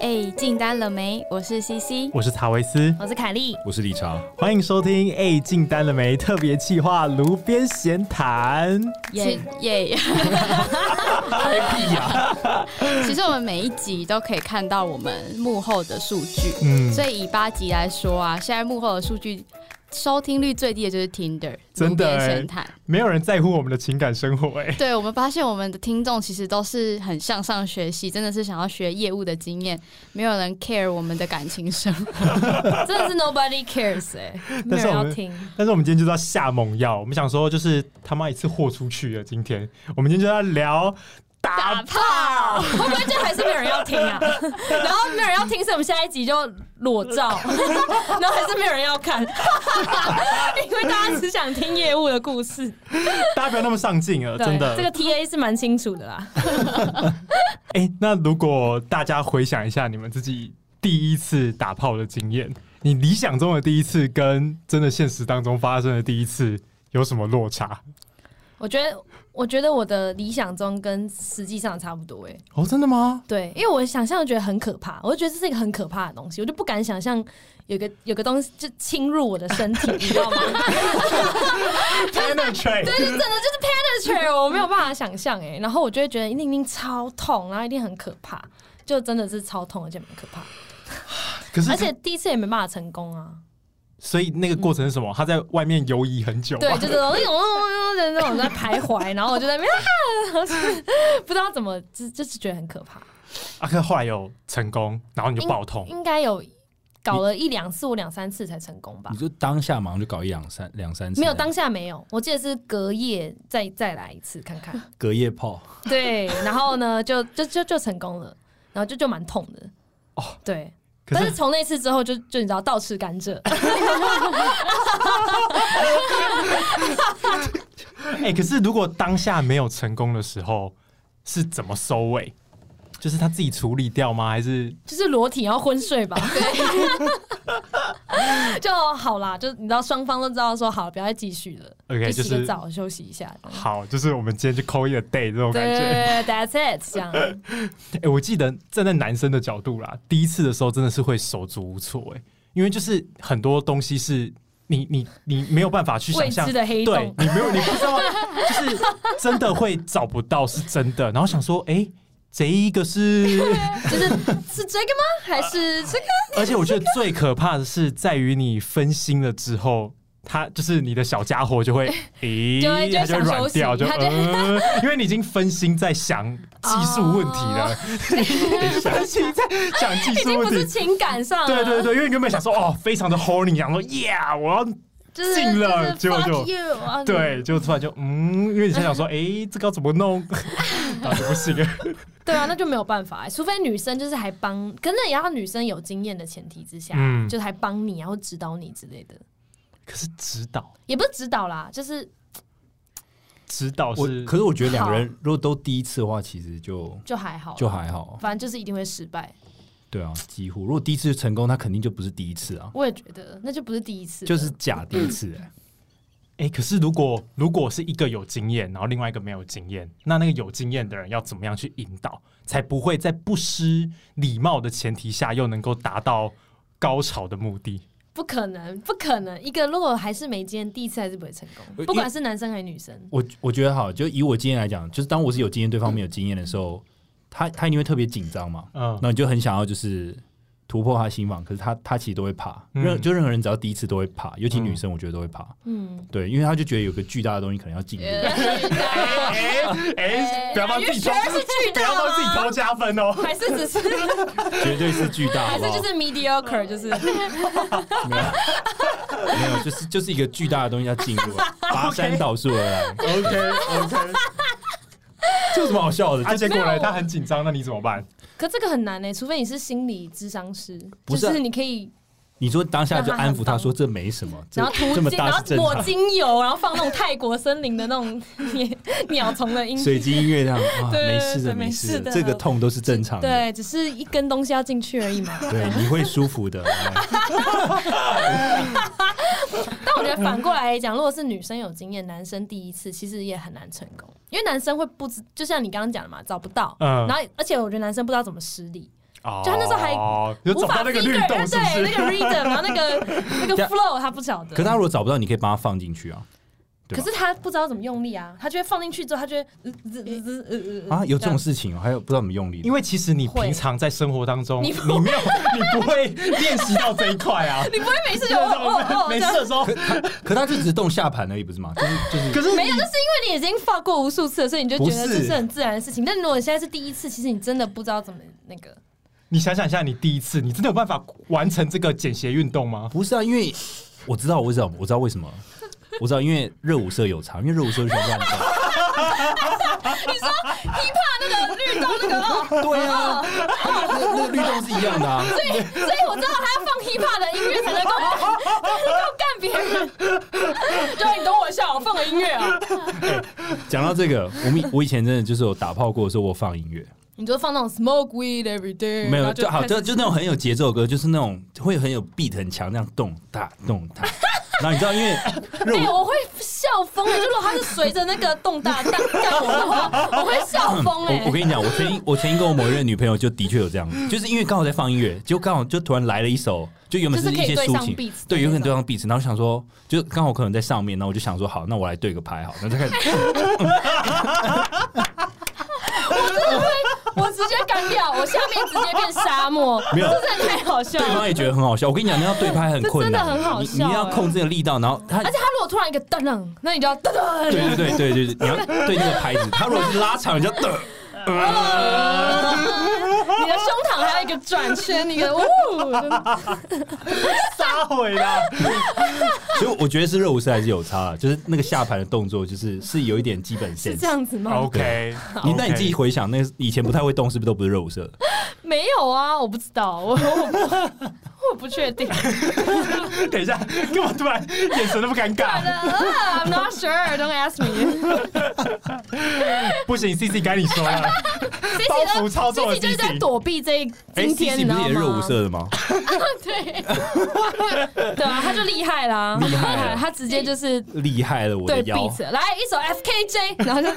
哎，进单了没？我是 CC，我是查维斯，我是凯莉。我是理查，欢迎收听。哎，进单了没？特别企划炉边闲谈。耶 耶！哎 其实我们每一集都可以看到我们幕后的数据，嗯所以以八集来说啊，现在幕后的数据收听率最低的就是 Tinder，真的路边欸闲谈。没有人在乎我们的情感生活、哎，对我们发现，我们的听众其实都是很向上学习，真的是想要学业务的经验，没有人 care 我们的感情生活，真的是 nobody cares 哎、但没有是人我要们听。但是我们今天就是要下猛药，我们想说就是他妈一次豁出去了。今天我们今天就要聊打炮，会不会就还是没有人要听 啊？然后没有人要听，所以我们下一集就裸 照，然后还是没有人要看，因为大家只想听业务的故事。大家不要那么上进了，对 真的。这个 TA 是蛮清楚的啦。哎、那如果大家回想一下你们自己第一次打炮的经验，你理想中的第一次跟真的现实当中发生的第一次有什么落差？我觉得，我觉得我的理想中跟实际上差不多哎、哦，真的吗？对，因为我想象觉得很可怕，我就觉得这是一个很可怕的东西，我就不敢想象有个有个东西就侵入我的身体，你知道吗？ penetrate，对，就真的就是 penetrate，我没有办法想象哎、然后我就会觉得一定一定超痛，然后一定很可怕，就真的是超痛，而且蛮可怕。可是而且第一次也没办法成功啊。所以那个过程是什么？他在外面游移很久吗，对，就是那种那种在徘徊，然后我就在那边、啊， 不知道怎么，就就是觉得很可怕。啊，可是后来有成功，然后你就爆痛，应该有搞了一两次或两三次才成功吧你。就当下马上就搞一两三两三次，没有当下没有，我记得是隔夜再再来一次看 看。隔夜炮，对，然后呢，就就就就成功了，然后就就蛮痛的。哦，对，可但是是从那次之后就，就你知道倒吃甘蔗， 哎、可是如果当下没有成功的时候，是怎么收尾？就是他自己处理掉吗？还是就是裸体然后昏睡吧。 就好啦，就你知道双方都知道说好，不要再继续了 OK，就就洗个是澡休息一下。好，就是我们今天去抠一个 day 这种对感觉。对对，That's it，这样。哎、我记得站在男生的角度啦，第一次的时候真的是会手足无措、哎，因为就是很多东西是你你你没有办法去想未象知，的黑对洞，你没有你不知道，就是真的会找不到是真的，然后想说，哎、这一个是，就是 是这个吗？还是 这个？而且我觉得最可怕的是在于你分心了之后。他就是你的小家伙就 会，咦、就会就他就会会想软休息掉，就他就呃，因为你已经分心在想技术问题了， 分心在想技哦已术经问不题是，情感上了，对对对，因为原本想说哦，非常的 horny，想说 yeah，我嗯要就是进了就结是果就 fuck you 啊对，就突然就嗯，因为你想想 说，哎、这个要怎么弄，然后就不行了。对啊，那就没有办法、欸，除非女生就是还帮，可是也要女生有经验的前提之下，嗯就是还帮你啊，然后指导你之类的，可是指导，也不是指导啦，就是指导我是可是我觉得两个人如果都第一次的话，其实就就还好，就还好，反正就是一定会失败。对啊，几乎如果第一次成功，他肯定就不是第一次啊，我也觉得那就不是嗯第一次了，就是假第一次、欸，哎、可是如果如果是一个有经验，然后另外一个没有经验，那那个有经验的人要怎么样去引导，才不会在不失礼貌的前提下，又能够达到高潮的目的？不可能，不可能。一个如果还是没经验，第一次还是不会成因为功，不管是男生还是女生。我我觉得好，就以我经验来讲，就是当我是有经验，对方没有经验的时候，他他一定会特别紧张嘛， 嗯，那你就很想要就是突破他心防，可是他他其实都会怕，嗯任、就任何人只要第一次都会怕，尤其女生我觉得都会怕，嗯，呃对，因为他就觉得有个巨大的东西可能要进入，哎哎，不要帮自己偷，不要帮自己偷加分哦。还是 只是绝对是巨大，好还不是好就？是 mediocre，就是哦没有，没有，就是就是一个巨大的东西要进 入了，跋山倒树而来， OK OK。这有什么好笑的？啊，就结果呢？他很紧张，那你怎么办？可这个很难呢、欸除非你是心理智商师，不是啊就是你可以，你说当下就安让抚他他很说这没什么，这然后涂这么精，然大后是正抹常，精油，然后放那种泰国森林的那种 鸟虫的音，水晶音乐这样啊，对没事对的，没没事事的，的这个痛都是正常的，对，只是一根东西要进去而已嘛。对，你会舒 服的。来但我觉得反过来讲，如果是女生有经验，男生第一次其实也很难成功，因为男生会不知，就像你刚刚讲的嘛，找不到，嗯然后而且我觉得男生不知道怎么施力，哦就他那时候还有无找法到那个 figure，律动，是不对是？那个 rhythm，然后那个那对个啊 flow 他不晓得。可是他如果找不到，你可以帮他放进去啊。对可吧是他不知道怎么用力啊，他就会放进去之后，他就会呃呃呃呃呃啊，有这种事情哦，还有不知道怎么用力的，因为其实你会平常在生活当中，你你不没有，你不 会练习到这一块啊。你不会没事你就哦 哦哦没这事样，的时候，可他就只是动下盘而已，不是吗？就是就是可是没有，就是因为你已经放过无数次了，所以你就觉得不这是是很自然的事情。但如果你现在是第一次，其实你真的不知道怎么那个。你想想一下，你第一次，你真的有办法完成这个减鞋运动吗？不是啊，因为我知道，我知道，我知道为什么了，我知道，因为热舞社有差，因为热舞社就是乱动。那个律动那个哦，对啊，那那个律动是一样的啊。所以我知道他要放 hiphop 的音乐才能够才能够干别人。 对，你懂我笑，我放个音乐啊，哎讲到这个，我们我以前真的就是有打炮过的时候，我放音乐，你就放那种 smoke weed every day，没嗯然有后就好，开始就就那种很有节奏的歌，就是那种会很有 beat 很强，那样动哒动哒。然后你知道，因为热对，舞哎我会笑疯哎！就如果他是随着那个动大干干我的话，我会笑疯哎 我我！跟你讲，我曾经我曾经跟我某一任女朋友就的确有这样，就是因为刚好在放音乐，就刚好就突然来了一首，就原本就是一可以些对抒上情 beats，对，有可能对对上 beats，然后想说，就刚好可能在上面，然后我就想说，好，那我来对个拍好，那就 开始，我直接干掉，我下面直接变沙 漠，没有这真的太好笑对了。方也觉得很好笑。我跟你讲，那要对拍很困这难，真的很好笑你你一定要哎控制那个力道，然后他而。且他如果突然一个噔噔，那你就要噔噔，对对对对对，对你要对那个拍子，他如果是拉长，你就等。你的胸膛还有一个转圈，你的呜， 撒毁啦！所以我觉得是热舞社还是有差的，就是那个下盘的动作，就是是有一点基本是 sense 这。样哦子吗？ OK，你那你自己回想，那个以前不太会动，是不是都不是热舞社的？没有啊，我不知道，我我不我不确 定。等一下，干嘛突然眼神那么尴尬？啊 I'm not sure, don't ask me。不行，C C 该你说了，包袱超重的自己就是在 C 躲避这一哎今天， ，Cici 你知不道吗？是也热舞社的吗？对，对啊，他就厉害啦，厉害了他直接就是 厉害了我的对腰！ beat 来一首 F K J，然后就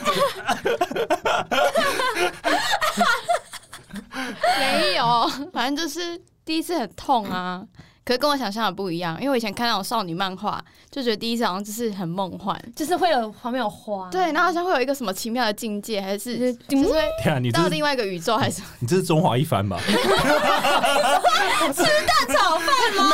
没有，反正就是第一次很痛啊。可是跟我想象的不一样，因为我以前看那种少女漫画，就觉得第一次好像就是很梦幻， 就是会有旁边有花，对，然后好像会有一个什么奇妙的境界，还是就是就是会天啊，你这到是另外一个宇宙，还是你这是中华一番吧？ 大炒饭吗？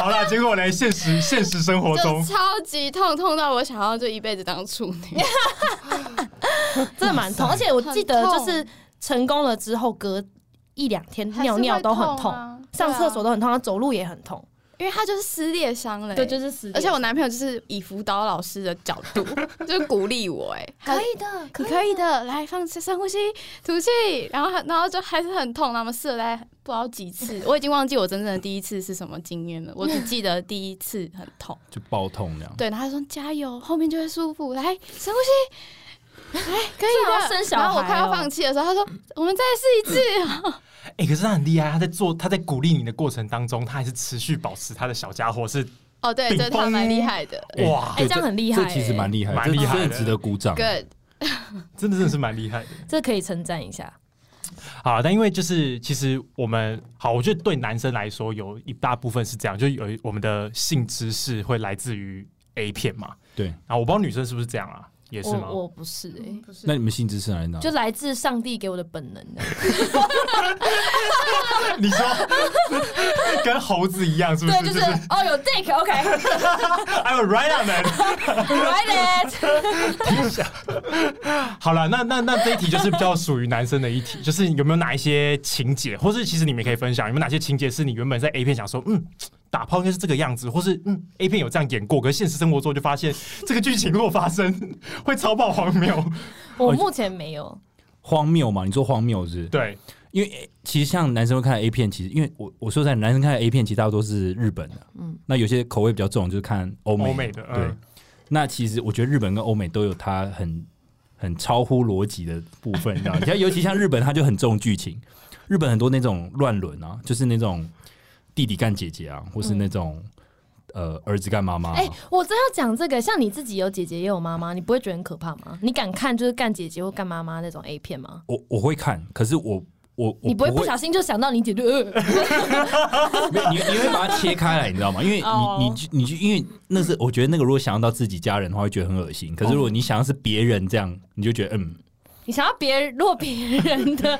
好啦，结果嘞，现实现实生活就中，超级痛，痛到我想要就一辈子当处女。真的蛮痛，而且我记得很痛就是成功了之后隔一两天尿尿都很痛，啊上厕对啊所都很痛，然后走路也很痛，因为它就是撕裂伤了、。对，就是是死。而且我男朋友就是以辅导老师的角度，就是鼓励我、哎，他可以的，你可以的，来放深呼吸，吐气，然后还然后就还是很痛，那么试了大概不知道几次， 我已经忘记我真正的第一次是什么经验了，我只记得第一次很痛。就爆痛那样。 对，然后他说加油，后面就会舒服，来深呼吸。来，可以最的。好生小然后我孩快要哦放弃的时候，他说：“我们再试一次。 哎，可是他很厉害，他在做他在鼓励你的过程当中，他还是持续保持他的小家伙是”哦， 对，对他蛮厉害 的。哎哇，哎对这样很厉害这其实蛮厉害，蛮厉害的这真的值得鼓掌。 Good，真的真的是蛮厉害的。这可以称赞一下。好，但因为就是其实我们好，我觉得对男生来说有一大部分是这样，就有一我们的性知识会来自于 A 片嘛。对，啊，我不知道女生是不是这样啊，也是我吗？我不是哎，那你们性知识哪里拿？就来自上帝给我的本能 的。 你说 跟猴子一样是不是？对，就是哦，有 dick OK I will right on it。 right it。 好了，那那那这一题就是比较属于男生的一题， 就是有没有哪一些情节，或是其实你们也可以分享，有没有哪些情节是你原本在 A 片想说，嗯，打炮应该是这个样子，或是嗯 A 片有这样演过，可是现实生活中就发现这个剧情如果发生 会超爆荒 谬。哦我目前没有，荒谬嘛？你说荒谬是不是？，对，因为诶其实像男生会看 A 片，其实因为我我说实在，男生看 A 片其实大多都是日本的，嗯，那有些口味比较重，就是看欧美欧美的对嗯，那其实我觉得日本跟欧美都有它很很超乎逻辑的部分，你知道吗？ 像尤其像日本，它就很重剧情。日本很多那种乱伦啊，就是那种弟弟干姐姐啊，或是那种、呃儿子干妈妈。哎、我真要讲这个，像你自己有姐姐也有妈妈，你不会觉得很可怕吗？你敢看就是干姐姐或干妈妈那种 A 片吗？我我会看，可是我我我你不会不小心就想到你姐就呃， 没有你你会把它切开来，你知道吗？因为哦你你就你就因为那是我觉得那个如果想要到自己家人的话，会觉得很恶心。可是如果你想要是别人这样，你就觉得嗯，你想要别人如果别人 的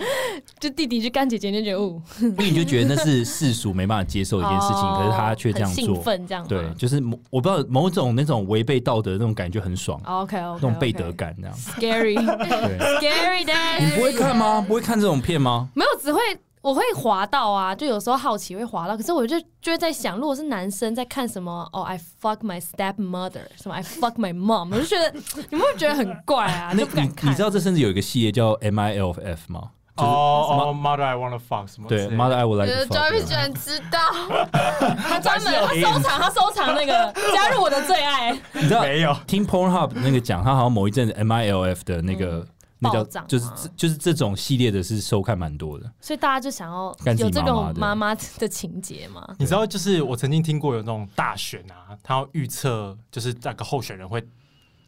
就弟弟去干姐姐，你就觉得哦，因为你就觉得那是世俗没办法接受的一件事 情，哦可是他却这样很兴做，奋这样吗对，就是某我不知道某种那种违背道德的那种感觉很爽， ，OK 哦 OK，那种背德感这样。 ，scary 对，哎 scary day，你不会看吗？不会看这种片吗？没有，只会我会滑到啊，就有时候好奇会滑到，可是我就就会在想，如果是男生在看什么哦，I fuck my stepmother，什么 I fuck my mom，我就觉得你们会觉得很怪啊，那就不你敢你看知。道这甚至有一个系列叫 M I L F 吗？就是哦哦，Mother I Wanna Fuck 什么之类的？对，Mother I 觉 Would Like 得 to 呃 Jarvis 呃 Fuck 居这样。然知道，他专门他收藏他收藏那 个加入我的最爱，你知道没有，听 Pornhub 那个讲，他好像某一阵子 M I L F 的那个。那嗯暴叫涨就是吗这就是这种系列的是收看蛮多的，所以大家就想要干自己有这妈妈种的妈妈的情节嘛。你知道，就是我曾经听过有那种大选啊，他要预测就是那个候选人会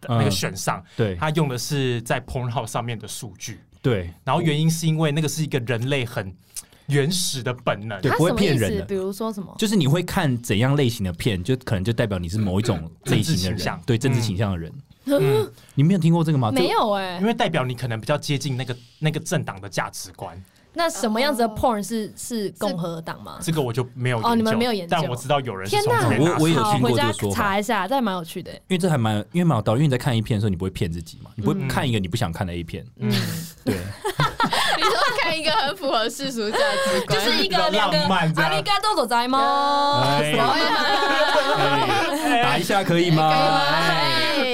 那个嗯选上，对他用的是在 Pornhub 上面的数据，对，然后原因是因为那个是一个人类很原始的本能对。他不会什么意骗人思？的比如说什么？就是你会看怎样类型的片，就可能就代表你是某一种类嗯政治型的倾向人，对政治嗯倾向的人。嗯，你没有听过这个吗？没这有哎、因为代表你可能比较接近那个那个政党的价值观，那什么样子的 porn 是是共和党吗？这个我就没有研究哦你们没有研究但我知道有人是天从这边哪拿我我也有好，听过回这家个说法查一下，这还蛮有趣的、欸。因为这还蛮，因为蛮有道理。因为你在看 A 片的时候，你不会骗自己嘛，你不会嗯看一个你不想看的 A 片。嗯对，你说看一个很符合世俗价值就观， 是一比个较两个浪漫这样阿里嘎多走宅吗？哎哎呀哎 打一下可以吗？哎哎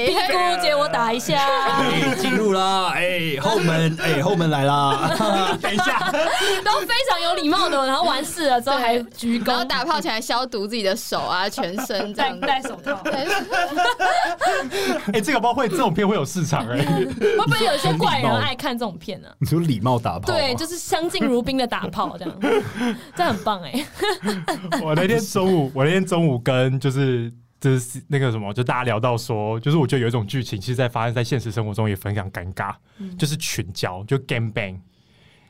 冰姑姐，我打一下。 哎进入啦！哎，后门，哎，后门来啦！ 等一下，然后非常有礼貌的，然后完事了之后还鞠 然后躬，打泡起来消毒自己的手啊、全身这戴样子。戴手套。对 哎，这个包会这种片会有市场哎，会不会有一些怪人爱看这种片呢、 啊你说礼貌打炮吗，啊对，就是相敬如宾的打炮这样， 这很棒哎、我那天中午，我那天中午跟就是就是那个什么，就大家聊到说，就是我觉得有一种剧情，其实在发生在现实生活中也非常尴尬，嗯就是群交，就 game bang，、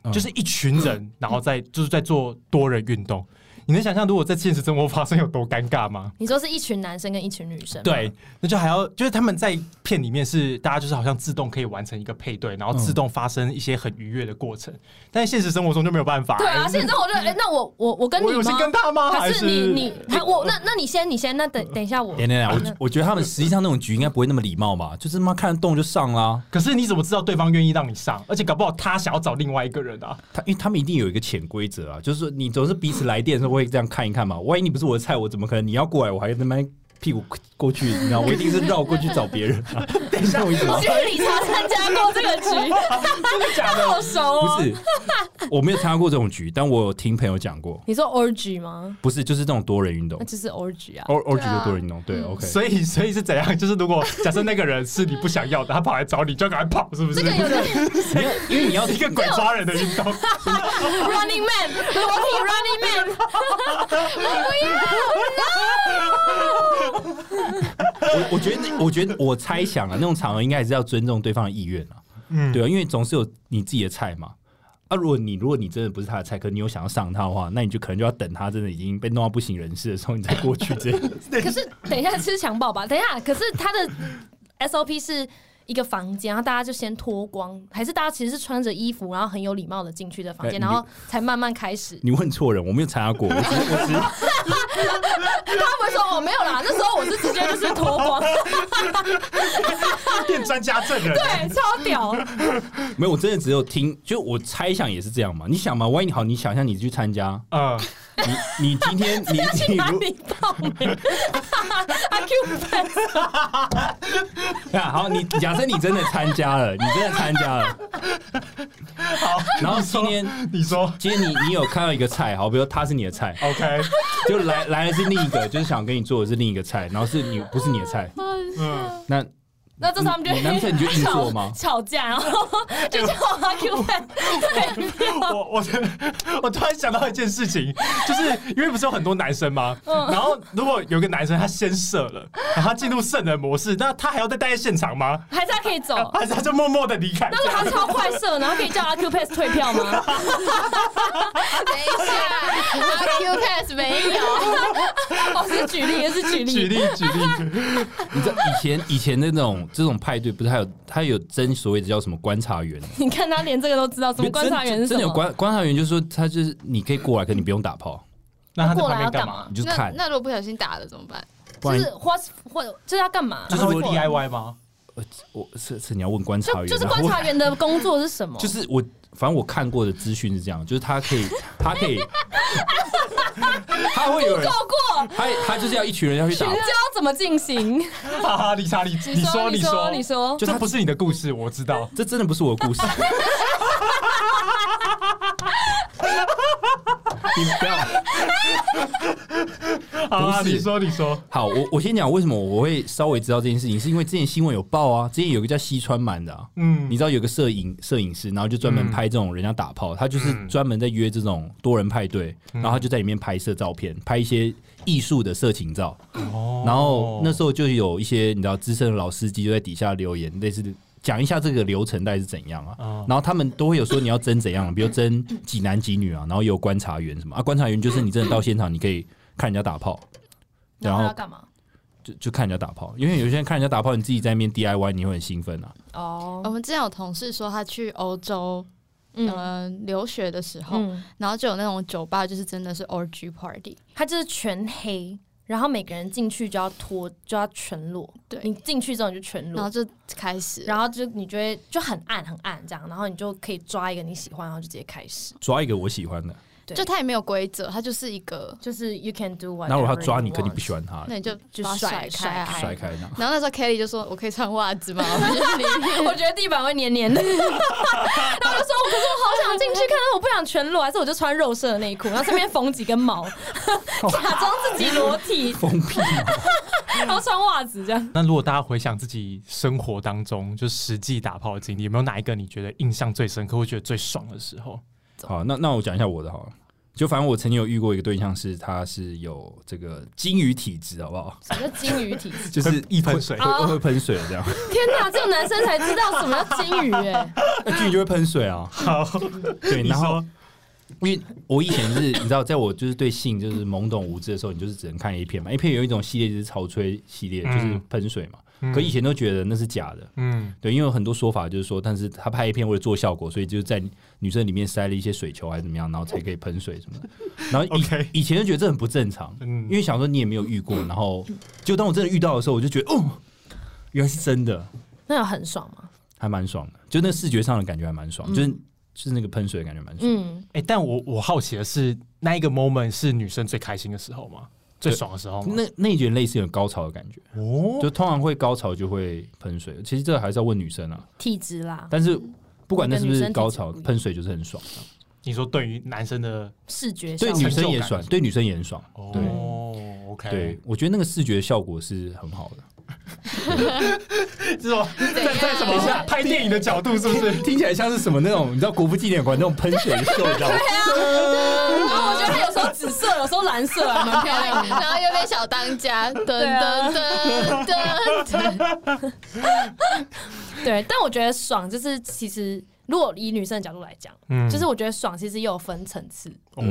嗯就是一群 人，然后在就是在做多人运动。你能想象如果在现实生活发生有多尴尬吗？你说是一群男生跟一群女生，，对，啊那就还要就是他们在片里面是大家就是好像自动可以完成一个配对，然后自动发生一些很愉悦的过程，但是现实生活中就没有办法。对啊。现在我就哎、那我我我跟嗯我你有吗是？跟他吗？还还是你你他我那那你先你先那等等 一下我等一下等一下，我我觉得他们实际上那种局应该不会那么礼貌吧？就是妈看得动就上啦。可是你怎么知道对方愿意让你上？而且搞不好他想要找另外一个人啊！他因为他们一定有一个潜规则啊，就是说你总是彼此来电的时候会这样看一看嘛。万一你不是我的菜，我怎么可能你要过来，我还他妈屁股过去？你知道，我一定是绕过去找别人、啊。等一下，我意 思吗我？去理查参加过这个局， 真的假的？ 好熟哦、不是，我没有参加过这种局，但我有听朋友讲过，你说 orgy 吗？不是，就是这种多人运动那就是 orgy 啊。 ，O O 局对啊就多人运动，对，OK。所以所以是怎样？就是如果 假设那个人是你不想要的，他跑来找你，就要赶快跑，是不是？这个有点因为你 要一个鬼抓人的运动， Running Man，裸 体 Running Man，我我觉得那，我觉得我猜想啊，那种场合应该还是要尊重对方的意愿啊。嗯对啊，因为总是有你自己的菜嘛。啊，如果你如果你真的不是他的菜，可你有想要上他的话，那你就可能就要等他真的已经被弄到不省人事的时候，你再过 去这样。 可是等一下吃强暴吧，等一下，可是他的 SOP 是一个房间，然后大家就先脱光，还是大家其实是穿着衣服，然后很有礼貌的进去的房哎间，你然后才慢慢开始。你问错人，我没有参加过，我只是我只是他不会说我没有啦，那时候我是直接就是脱光，变专家证人。对，哎超屌，没有，我真的只有听，就我猜想也是这样嘛。你想嘛，万一好，你想象你去参加，嗯，你你今天你去你哪如里报 名？阿 Q 粉啊，好，你假设你真的参加了，你真的参 加了，好。然后今天你说今天你你有看到一个菜，好，比如他是你的菜， OK，就来来的是另一个，就是想跟你做的是另一个菜，然后是你不是你的菜，嗯，那那这时候他们就你你男朋友你就硬吵做吗 吵架，然后就叫我阿 Q 在对面我我 我突然想到一件事情，就是因为不是有很多男生吗？嗯然后如果有个男生他先射了，然后他进入圣人模式，那他还要再待在现场吗？ 还是他可以走。还是他就默默的离开？那如果他超快射，然后可以叫阿 Q Pass 退票吗？ 等一下，阿 Q Pass 没有，哦，是举例，也是举例。举例举例，你知道以前以前那种这种派对，不是还有他有真所谓的叫什么观察员？你看他连这个都知道，什么观察员是什真真的有么？观观察员，就是说他就是你可以过来，可你不用打炮，那他在过旁边来要干干嘛？嘛？你就那看。那如果不小心打了怎么办？不就然是或或就是要干嘛？就是会 DIY 吗？呃我是是你要问观察就员，啊就是然后观察员的工作是什么？就是我，反正我看过的资讯是这样，就是他可以，他可以， 他会有人，透过他他就是要一群人要去学打教，怎么进行？哈哈，理查理，你说 你说说你说，就这他不是你的故事，我知 道。这真的不是我的故事。你不要好啊，不是你说你说，好，我我先讲为什么我会稍微知道这件事情，是因为之前新闻有报啊，之前有个叫西川满的、啊，嗯你知道有个摄影摄影师，然后就专门嗯拍这种人家打炮，他就是嗯专门在约这种多人派对，然后他就在里面拍摄照片，拍一些艺术的色情照。哦然后那时候就有一些你知道资深的老司机就在底下留言，类似讲一下这个流程大概是怎样啊。哦然后他们都会有说你要争怎样，比如争几男几女啊，然后也有观察员什么啊，观察员就是你真的到现场，你可以看人家打炮，然然后后要干嘛？就就看人家打炮，因为有些人看人家打炮，你自己在那边 DIY，你会很兴奋啊。哦我，们之前有同事说他去欧洲，嗯呃，留学的时候，嗯，然后就有那种酒吧，就是真的是 orgy party，他就是全黑，然后每个人进去就要脱，就要全裸。对你进去之后你就全然后裸，就开始，嗯然后就你就会就很暗很暗这样，然后你就可以抓一个你喜欢，然后就直接开始。抓一个我喜欢的，对就他也没有规则，他就是一个，就是 you can do what。那如果他抓你，可你不喜欢他，那你就哦就把它甩开啊甩甩开他。然后那时候 Kelly 就说：“我可以穿袜 子吗？”我们就离欢。 我觉得地板会黏黏的， 然后我就说，可是我好想进去看，但是我不想全裸，还是我就穿肉色的内裤，然后顺便缝几根毛， 假装自己裸 体，封闭， 然后穿袜子这样。那如果大家回想自己生活当中就实际打炮的经历，有没有哪一个你觉得印象最深刻，会觉得最爽的时候？好，那那我讲一下我的好了。就反正我曾经有遇过一个对象，是他是有这个金鱼体质，好不好？什么叫金鱼体质？就是会溢喷水会会会喷水的这样，天哪，只有男生才知道什么叫金鱼哎、那金鱼就会喷水 啊。好，对，你然后说因为我以前是，你知道，在我就是对性就是懵懂无知的时候，你就是只能看 A 片嘛。A 片有一种系列就是潮吹系列，嗯就是喷水嘛。嗯可以前都觉得那是假的，嗯，对，因为有很多说法就是说，但是他拍 A 片为了做效果，所以就是在女生里面塞了一些水球还是怎么样，然后才可以喷水什么的。然后 以 OK 以前就觉得这很不正常，嗯因为想说你也没有遇过，然后就当我真的遇到的时候，我就觉得哦，原来是真的，那有很爽吗？还蛮爽的，就那个视觉上的感觉还蛮爽，嗯就是就是那个喷水的感觉蛮爽。嗯，哎、但我我好奇的是，那一个 moment 是女生最开心的时候吗？最爽的时候吗？那那一点类似有高潮的感觉，哦，就通常会高潮就会喷水。其实这个还是要问女生啊，体质啦，但是不管那是不每个女是生高体质潮，不一样喷水就是很爽，你说对于男生的视觉对效果女生也成就爽感，对女生也很爽。对哦，OK，对，，我觉得那个视觉效果是很好的，是吗？在在什等一么下拍电影的角度是不是？听起来像是什么那种你知道国父纪念馆那种喷水秀，啊你知道吗？然后我觉得它有时候紫色，有时候蓝色，啊还蛮漂亮的。然后又被小当家，噔啊噔噔噔， 对，但我觉得爽就是其实。如果以女生的角度来讲，嗯就是我觉得爽其实也有分层次。哦，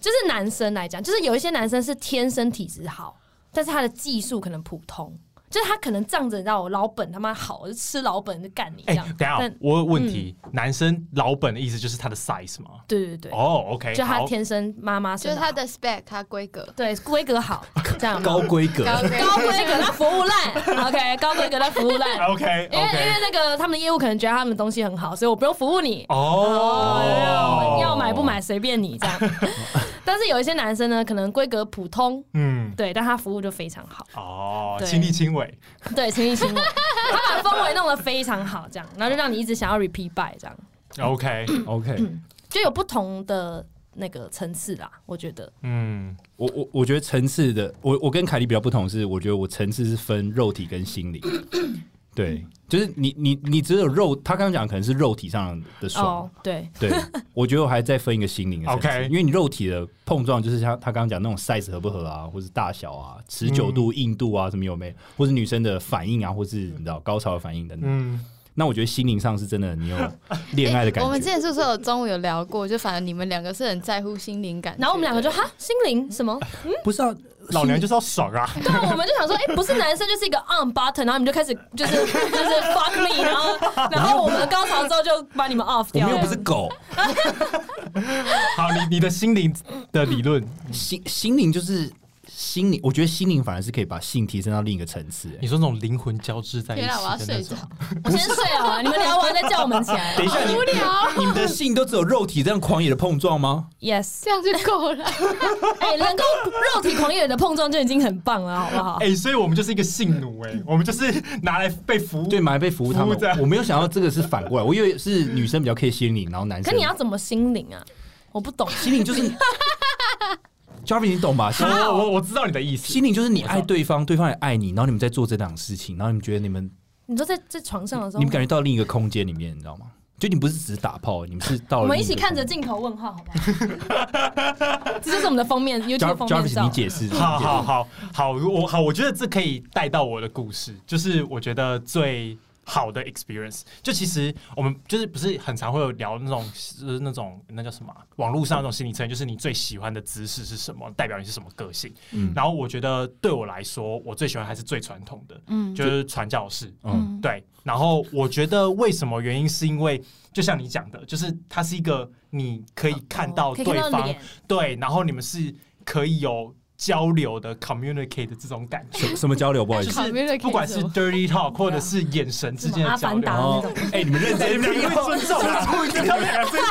就是男生来讲，就是有一些男生是天生体质好，但是他的技术可能普通，就是他可能仗着你知道我老本他妈好，我就吃老本就干你这哎、样。等一下但我有问题，男生老本的意思就是他的 size 吗？对对对，哦，OK，就他好天生妈妈就生是他好的 spec，他规格对规格好，这样有没有高规格，高规高规格他服务烂 ，OK，高规格他服务 烂，啊哦，OK 因为因为 OK，那个他们的业务可能觉得他们的东西很好，所以我不用服务你。哦哦，，要买不买？随便你这样，但是有一些男生呢，可能规格普通，嗯，对，但他服务就非常好，哦，对亲力亲为， 对，亲力亲为，他把氛围弄得非常好，这样，然后就让你一直想要 repeat buy 这样， OK， OK，就有不同的那个层次啦，我觉得，嗯，我我我觉得层次的，我我跟凯莉比较不同是，我觉得我层次是分肉体跟心理。对，就是你你你只有肉，他刚刚讲可能是肉体上的爽，哦，对， 对我觉得我还再分一个心灵的层次 OK 因为你肉体的碰撞就是像他刚刚讲那种 size 合不合啊，或是大小啊、持久度、嗯硬度啊什么有没有，或是女生的反应啊，或是你知道高潮的反应等等。嗯，那我觉得心灵上是真的，你 有恋爱的哎哎感我们之觉。前是不是有中午有聊过？就反正你们两个是很在乎心灵感觉的，然后我们两个就哈心灵什么？不是啊，老娘就是要爽啊！对啊，我们就想说，哎、不是男生就是一个 on button，然后你们就开始就是就是 fuck me，然后然后我们高潮之后就把你们 off 我掉们了。又不是狗，好，你你的心灵的理论，心心灵就是心灵，我觉得心灵反而是可以把性提升到另一个层次、欸 你说那种灵魂交织在一起天的啊，我要那睡种，着，我先睡好了，你们聊完再叫我们起来。等一下，你 无聊，你啊们的性都只有肉体这样狂野的碰撞吗？Yes，这样就够 了。哎、能够肉体狂野的碰撞就已经很棒了，好不好？哎、所以我们就是一个性奴哎、我们就是拿来被服务。对，买被服务他服务们这样，我没有想到这个是反过来，我以为是女生比较可以心灵，然后男生可你要怎么心灵啊？我不懂。心灵就是，Jarvis，你懂吧？心我灵我我知道你的意思。心灵就是你爱对方，对方也爱你，然后你们在做这档事情，然后你们觉得你们你说在在床上的时候，你们感觉到另一个空间里面，你知道吗？就你不是只是打炮，你们是到了我们另一起个看着空间镜头问号，好不好？ 这就是我们的封面 Jar- YouTube 封面照。 Jarvis，你解释，好好好好，我好，我觉得这可以带到我的故事，就是我觉得最好的 experience，就其实我们就是不是很常会有聊那种就是那种那叫什么啊网络上那种心理测验，就是你最喜欢的姿势是什么，代表你是什么个性。嗯然后我觉得对我来说，我最喜欢还是最传统的，嗯就是传教士。嗯，对，然后我觉得为什么原因是因为，就像你讲的，就是它是一个你可以看到哦可以对看到方，脸， 对，然后你们是可以有交流的 communicate 的这种感觉，什什么交流？不好意就思，是不管是 dirty talk 或者是眼神之间的阿交凡流达。那种，哎，你们认真，你们两个会尊重啊！你们两个尊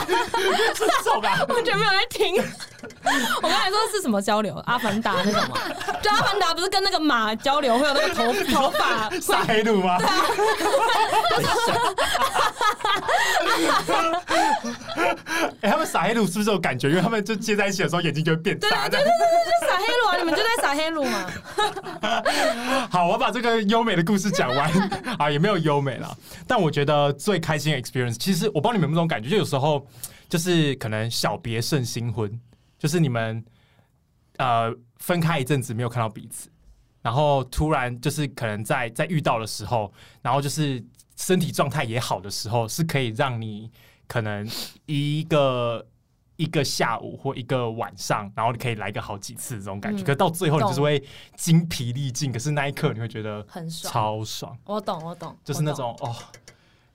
尊重啊！完全没有在听。 我刚才说是什么交流？阿凡达那种吗？ 就阿凡达不是跟那个马交流会有那个头头发 撒黑奴吗？哎，他们撒黑奴是不是有感觉？因为他们就接在一起的时候，眼睛就会变大。这样就撒黑路啊？你们就在撒黑路嘛？好，我把这个优美的故事讲完 啊，也没有优美啦。但我觉得最开心的 experience，其实我不知道你们有没有这种感觉，就有时候就是可能小别胜新婚，就是你们呃分开一阵子没有看到彼此，然后突然就是可能在在遇到的时候，然后就是身体状态也好的时候，是可以让你可能一个。一个下午或一个晚上，然后你可以来个好几次这种感觉，嗯可是到最后你就是懂会精疲力尽，可是那一刻你会觉得很爽超爽，我懂，我懂，就是那种哦我懂，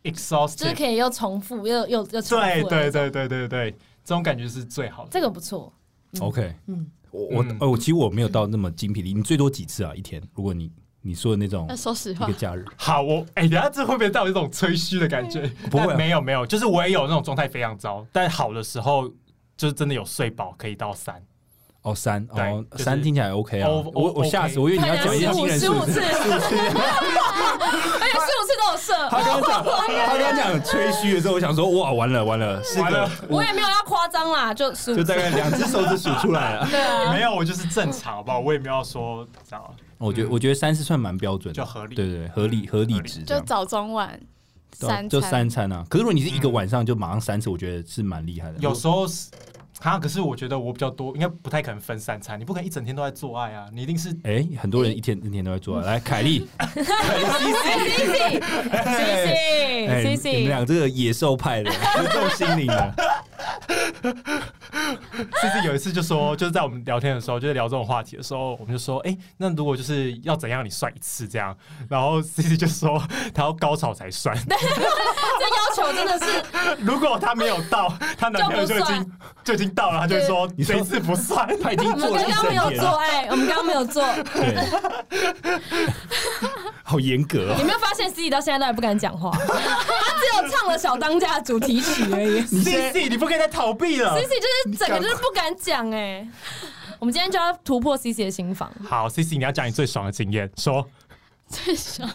就是，exhausted，可以又重复又又又重复的对对对对对对，这种感觉是最好的。这个不错。 OK，嗯我我嗯哦，我其实我没有到那么精疲力，你最多几次啊？一天？如果你你说的那种呃那说实一话个，假日，好，我哎，等一下这会不会带有一种吹嘘的感觉？嗯 不会啊但没有没有，就是我也有那种状态非常糟，但好的时候就是真的有睡饱，可以到三。哦三对哦就是三听起来 OK 啊，哦哦我我 OK 吓死我，因为你要讲一些十惊五人十数五字次，。 而且十五次都有他射，刚刚讲，他刚刚讲吹嘘的时候，我想说，哇，完了完了，是完了个我也没有要夸张啦，就十五就大概两只手指数出来了。对 啊，没有，我就是正常，好不好？我也没有说这样， 我觉得我觉得三是算蛮标准就的，合理对对对，合理合理值这就样，早中晚对啊三餐就 三餐啊。可是如果你是一个晚上就马上三次，我觉得是蛮厉害的。 嗯有时候是。哈，可是我觉得我比较多，应该不太可能分三餐，你不可能一整天都在做爱啊，你一定是哎，很多人一天一天都在嗯做啊。来，凯莉，C C 哎，C 你们 C 俩这个野兽派 的，这种心灵的，就是有一次就说，就是在我们聊天的时候，就是聊这种话题的时候，我们就说，哎、那如果就是要怎样你帅一次这样，然后 C C 就说他要高潮才帅， 这要求真的是如果他没有到，她男朋友就已就经就已经到了，他就会说你说这一次不算。他已经我做们了一刚刚没整有天做了，爱，我们刚刚没有做，对， 好严格有哦。没有发现 C 到现在都还不敢讲话？他只有唱了小当家的主题曲而已。C C C，你不可以再逃避了。 C 就是整个就是不敢讲哎。我们今天就要突破 C C 的心房。好，C C，你要讲你最爽的经验，说最爽，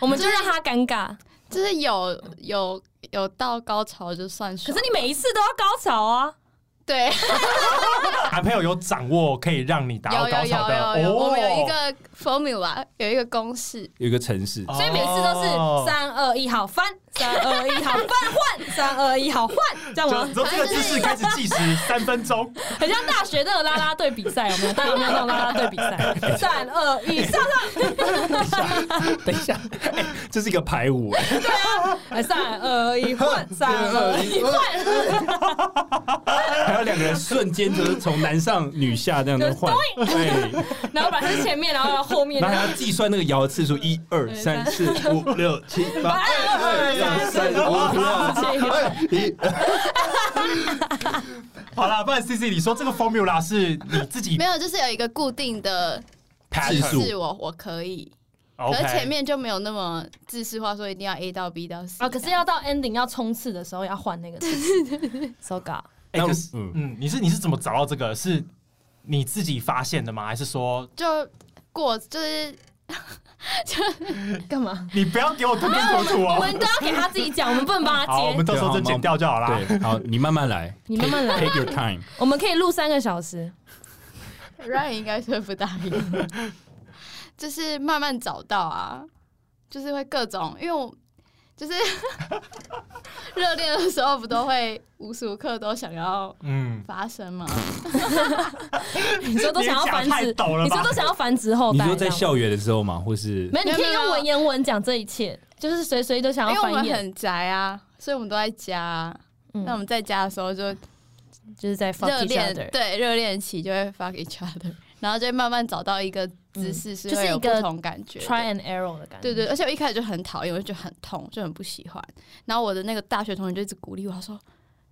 我们就让他尴尬。就是有有有到高潮就算可爽。是你每一次都要高潮啊！对，男朋友有掌握可以让你达有到有高潮有的，有有，我们有一哦个 formula，有一个公式，有一个城市，所以每次都哦是三二一好翻，三二一好翻换，三二一好换，这样吗就？从这个姿势开始计时三分钟，很像大学那个啦啦队比赛，有没有？大家有没有那种啦啦队比赛？三二一上上，等一下，哎这是一个排舞，哎哎三二一换，三二一换，还有两个人瞬间就是从男上女下这样子换，对，然后本来是前面，然后后面，然后还要计算那个摇的次数，一二三四五六七八，二二三四五六七八，好啦，不然 C C 你说这个 formula 是你自己没有，就是有一个固定的字数是我我可以，可啊 OK，是前面就没有那么自式化，说一定要 A 到 B 到 C 啊，可是要到 ending 要冲刺的时候要换那个字，so ga。哎那可是嗯嗯，你是你是怎么找到这个？是你自己发现的吗？还是说就过就是干嘛？你不要给我吞吞吐吐我哦？们都要给他自己讲，我们不能帮他好，我们接。到时候就剪掉就好啦。对，好，你慢慢来，你慢慢 take 来， your time。我们可以录三个小时。 Ryan 应该是会不答应， 就是慢慢找到啊，就是会各种，因为我就是 热恋的时候不都会无时无刻都想要嗯，发生吗？你说都想要繁你也殖讲太陡了吧，你说都想要繁殖后你代。说在这样校园的时候吗？或是没有，你可以没有没用有文言文讲这一切，就是谁谁都想因为要我繁们衍，很宅啊，所以我们都在家、啊。那我嗯，们在家的时候就就是在 fuck 热 each 恋， other，对热恋期就会 fuck each other，然后就会慢慢找到一个姿势是嗯就是会有一个不同感觉的。 ，try and error 的感觉。对对，而且我一开始就很讨厌，我就觉得很痛，就很不喜欢。然后我的那个大学同学就一直鼓励我，他说：“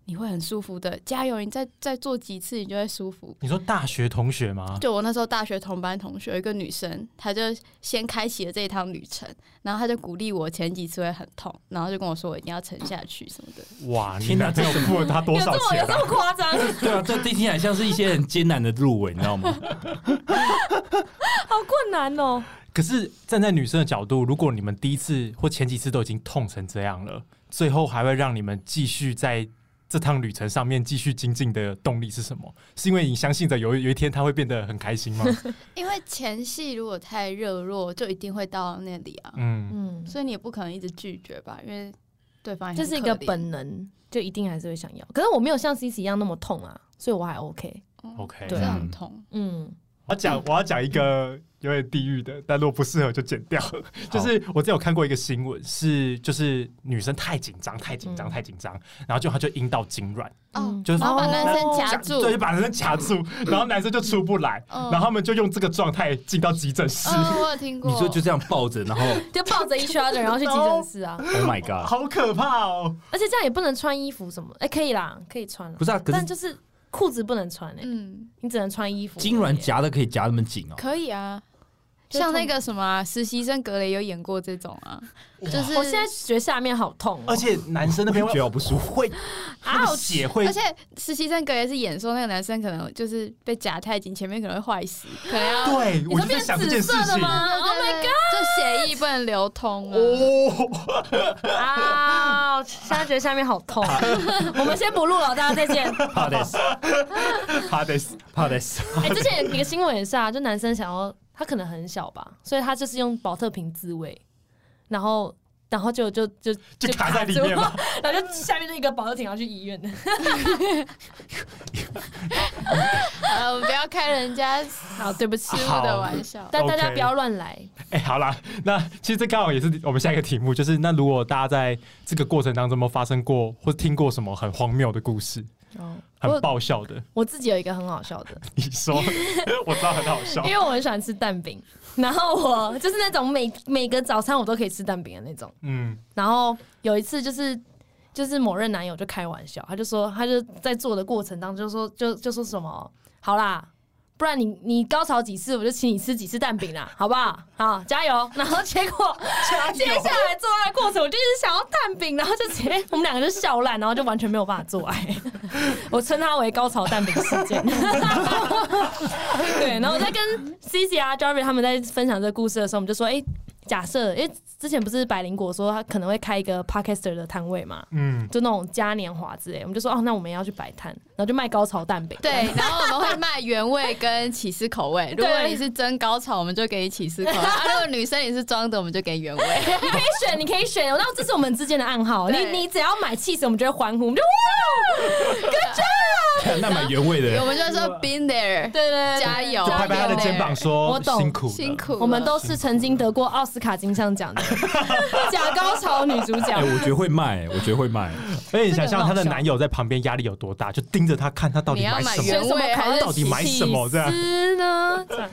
你会很舒服的，加油！你再再做几次，你就会舒服。你说大学同学吗”？就我那时候大学同班同学有一个女生，她就先开启了这一趟旅程，然后她就鼓励我前几次会很痛，然后就跟我说我一定要撑下去什么的。哇，你天哪男朋友付了他多有这少么钱有啊这？么夸张？ 对啊，这这听起来像是一些很艰难的路尾，你知道 吗？好困难哦！可是站在女生的角度，如果你们第一次或前几次都已经痛成这样了，最后还会让你们继续在这趟旅程上面继续精进的动力是什么？是因为你相信着有一有一天他会变得很开心吗？ 因为前戏如果太热络，就一定会到那里啊，嗯，嗯，所以你也不可能一直拒绝吧，因为对方也这很是一可个怜本能，就一定还是会想要。可是我没有像 C C 一样那么痛啊，所以我还 OK。嗯 OK 真对的很痛。嗯，我要讲，我要讲一个有点地狱的，但如果不适合就剪掉。就是我之前有看过一个新闻，是就是女生太紧张、太紧张、嗯太紧张，然后就她就阴道痉挛，哦嗯，就是然后把男生夹夹住，对，就把男生夹住，然后男生就出不来，嗯然后他们就用这个状态进到急诊室，嗯，我有听过。你说就这样抱着，然后就抱着 each other，然后去急诊室啊。 Oh my God，好可怕哦！而且这样也不能穿衣服什么，哎，可以啦，可以穿啦不，是啊，可但是就是裤子不能穿哎，嗯，你只能穿衣服。痉挛夹的可以夹那么紧哦。可以啊，就像痛那个什么啊、实习生格雷有演过这种啊，就是哦我现在觉得下面好痛哦，而且男生那边我会觉得好不舒会啊那 个血会而且实习生格雷是演说那个男生可能就是被夹太紧，前面可能会坏死，啊可能 要对，你我就在说变想这件事紫色的情。吗对对？Oh 对 my 就血液不能流通啊。哦， god！啊，现在觉得下面好痛。我们先不录了，大家再见。怕的死，怕得死，怕的死。 哎、之前有一个新闻也是啊，就男生想要他可能很小吧，所以他就是用保特瓶自慰，然后然后就就就就卡在里面嘛卡住 然后就下面就一个保特瓶要去医院。好了，我们不要开人 家失好，对不起，误的玩笑。但 OK 大家不要乱来。 哎、好啦，那其实这刚好也是我们下一个题目，就是那如果大家在这个过程当中有没有发生过或听过什么很荒谬的故事， 哦，很我爆笑的， 我自己有一个很好笑的，你说，我知道很好笑因。为我很喜欢吃蛋饼，然后我就是那种每每个早餐我都可以吃蛋饼的那种。嗯，然后有一次就是就是某任男友就开玩笑，他就说他就在做的过程当中就说就就说什么好啦。不然你你高潮几次，我就请你吃几次蛋饼啦，好不好？好，加油！然后结果接下来做爱的过程，我就一直想要蛋饼，然后就直接我们两个就笑烂，然后就完全没有办法做爱。 我称它为高潮蛋饼事件。 对，然后我在跟 C C 啊 Jarvis 他们在分享这个故事的时候，我们就说，哎、假设，因为之前不是百灵果说他可能会开一个 podcaster 的摊位嘛，嗯，就那种嘉年华之类，我们就说哦，那我们也要去摆摊。然后就卖高潮蛋饼。对，然后我们会卖原味跟起司口味。如果对你是真高潮，我们就给你起司口味；啊，如果女生你是装的，我们就给原味。你可以选，你可以选，然后这是我们之间的暗号。你对你只要买气死，我们就会欢呼，我们就哇，good job！ 那买原味我的，们就说 been there，对对对，加油就拍拍他的肩膀我说懂辛苦了辛苦了，我们都是曾经得过奥斯卡金像奖 的假高潮女主角哎，。我觉得会卖，我觉得会卖。而且你想象她的男友在旁边压力有多大，就盯着她看她到底你要买买什原么。选什么烤味肉到底买什么这样起司呢？这样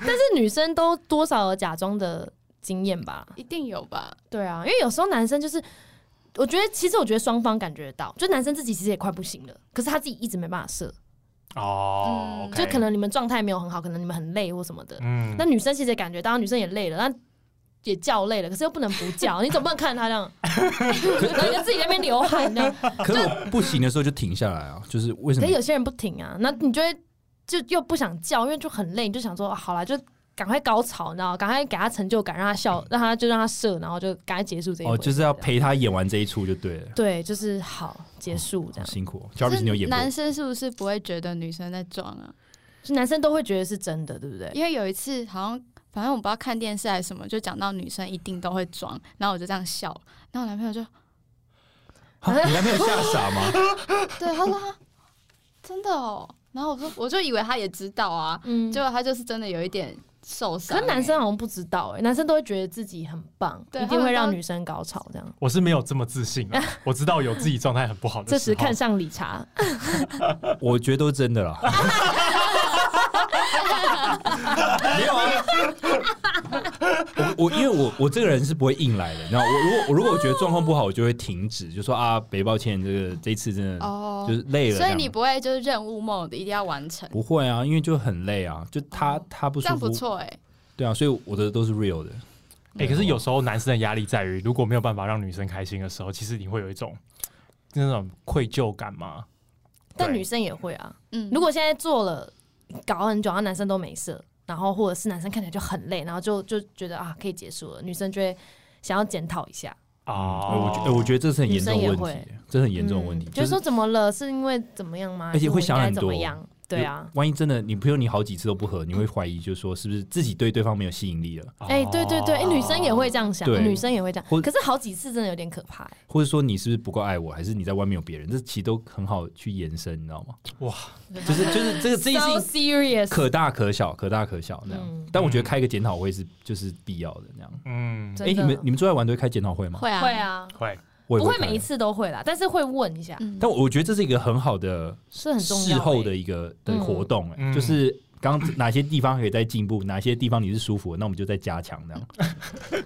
但是女生都多少有假装的经验吧？一定有吧？对啊，因为有时候男生就是，我觉得其实我觉得双方感觉得到，就男生自己其实也快不行了，可是他自己一直没办法射，哦嗯， OK 就可能你们状态没有很好，可能你们很累或什么的。嗯那女生其实也感觉到，女生也累了，那也叫累了，可是又不能不叫，你总不能看着她这样，然后你就自己在那边流汗这样。可是我不行的时候就停下来啊，就是为什可么是？有些人不停啊，那你就会就又不想叫，因为就很累，你就想说、啊好啦，就赶快高潮，你知道吗，赶快给他成就感，让他笑，让他就让他射，然后就赶快结束这一回。哦，就是要这样陪他演完这一出就对了，对，就是好结束这好样。辛 苦哦。Jarvis，你有演过？男生是不是不会觉得女生在装啊？就男生都会觉得是真的，对不对？因为有一次好像。反正我不知道看电视还是什么，就讲到女生一定都会装，然后我就这样笑，然后我男朋友就啊你男朋友吓傻吗？对他说啊真的哦， 然后我说我就以为他也知道啊，嗯，结果他就是真的有一点受伤、欸可是男生好像不知道哎、男生都会觉得自己很棒，对一定会他们让都女生高潮这样。我是没有这么自信 啊，我知道有自己状态很不好的时这候。时看上理查， 我觉得都是真的 啦。没有啊，我我因为我我这个人是不会硬来的，然后我如果我如果我觉得状况不好，我就会停止，就说啊，北抱歉，这个这一次真的哦就是累了这所样。以你不会就是任务 mode 一定要完成，不会啊，因为就很累啊，就他他不哦这舒样不服，错哎、对啊，所以我的都是 real 的。嗯哎、可是有时候男生的压力在于，如果没有办法让女生开心的时候，其实你会有一种那种愧疚感嘛。但对女生也会啊。嗯，如果现在做了搞很久，然后男生都没射，然后或者是男生看起来就很累，然后就就觉得啊可以结束了，女生就会想要检讨一下，啊、嗯呃我觉得哎我觉得这是很严重的女生也问会题，这是很严重的问题，嗯就是说怎么了，是因为怎么样吗？而且会想还很是多我应该怎么样？对啊，万一真的你朋友你好几次都不合，你会怀疑，就是说是不是自己对对方没有吸引力了，哦哎、对对对，哎、女生也会这样想，啊对女生也会这样，或可是好几次真的有点可怕、哎或者说你是不是不够爱我，还是你在外面有别人，这其实都很好去延伸，你知道吗？哇，就是就是这个这件事啊 So 情 serious，可大可小，可大可小那样。嗯但我觉得开个检讨会是就是必要的那样。嗯，真哎、的你们你们出来玩都会开检讨会吗？会啊会，啊，会我也不会每一次，次都会啦，但是会问一下，嗯，但我觉得这是一个很好的是很重要、事后的哎一个的活动、哎嗯就是刚刚哪些地方可以再进步，哪些地方你是舒服的，那我们就再加强这样。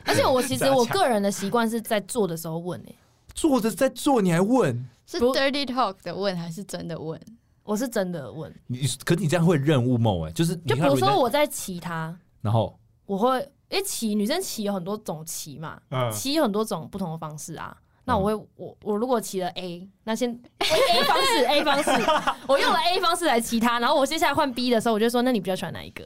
而且我其实我个人的习惯是在做的时候问、哎，坐着在做，你还问是不 dirty talk 的问还是真的 问？我是真的问，你？可你这样会任务梦哎、就是你就看比如人家说我在骑它。然后我会，因为骑女生骑有很多种骑嘛，嗯，骑有很多种不同的方式啊。嗯那我会，我我如果骑了 A，那 先 A A 方式 A 方式，我用了 A 方式来骑它，然后我接下来换 B 的时候，我就说，那你比较喜欢哪一 个？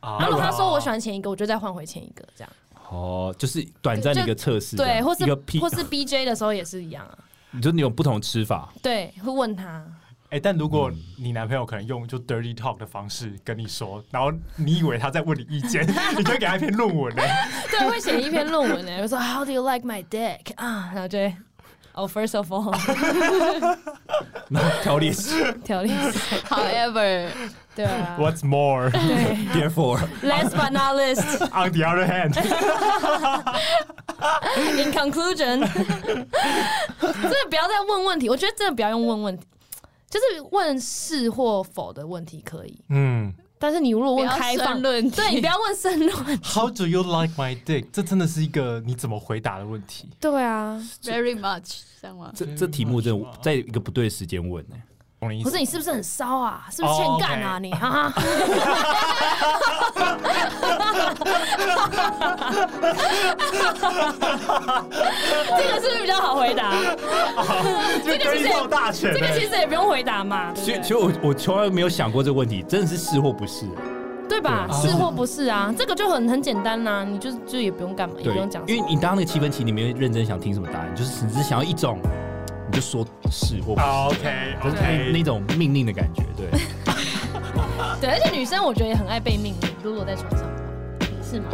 啊然后如果他说我喜，欢前一个，我就再换回前一个，这样哦，就是短暂的一个测试这样，对，或是一个 P， 或是 B J 的时候也是一样啊，你说你有不同的吃法，对，会问 他，哎、但如果你男朋友可能用就 dirty talk 的方式跟你说，然后你以为他在问你意 见，你就给他一篇论文呢、对，会写一篇论文欸呢，我说 How do you like my dick 啊，然后就会。哦、f i r s t of all，然后条列式条例， However，对啊 What's more 对 ，therefore ，Last but not least， on the other hand， In conclusion，真的不要再问问题，我觉得真的不要用问问题，就是问是或否的问题可以，嗯但是你如果不问要开放申，论题，对你不要问申论， ，How do you like my dick？这真的是一个你怎么回答的问题。对啊， very much 这样吗？这这题目真的在一个不对的时间问欸呢、懂你意不思是你是不是很骚啊？是不是欠干啊哦，OK 你 哈哈，这个是不是比较好回答？这个是谁 dirty talk 大全这欸个其实也不用回答嘛，对不其实对其实我我从来没有想过这个问题，真的是是或不是。对吧？对是或不是啊？这个就很很简单呐、你就就也不用干嘛，也对不用讲，什因为么。你当那个气氛期，你没有认真想听什么答案，就是只是想要一种，你就说是或不是， OK 就是那 OK，那种命令的感觉，对。对，而且女生我觉得也很爱被命令，如果在床上的话，是吗？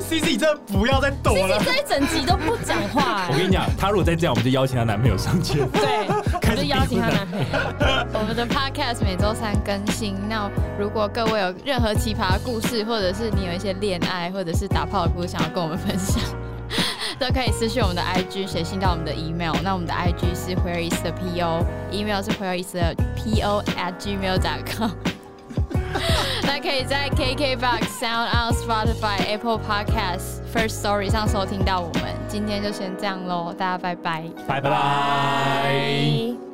C C 这不要再躲自了己。这一整集都不讲话、 我哎跟你讲，她如果再这样，我们就邀请她男朋友上节目。 对，我就邀请她男朋友。我们的 podcast 每周三更新。那如果各位有任何奇葩的故事，或者是你有一些恋爱，或者是打炮的故事想要跟我们分享，都可以私讯我们的 IG，写信到我们的 email。那我们的 IG 是 where is the po，email 是 where is the po at gmail dot com。那可以在 KKBox、Sound On、Spotify、Apple Podcasts、First Story 上收听到我们。今天就先这样喽，大家拜拜。拜拜。拜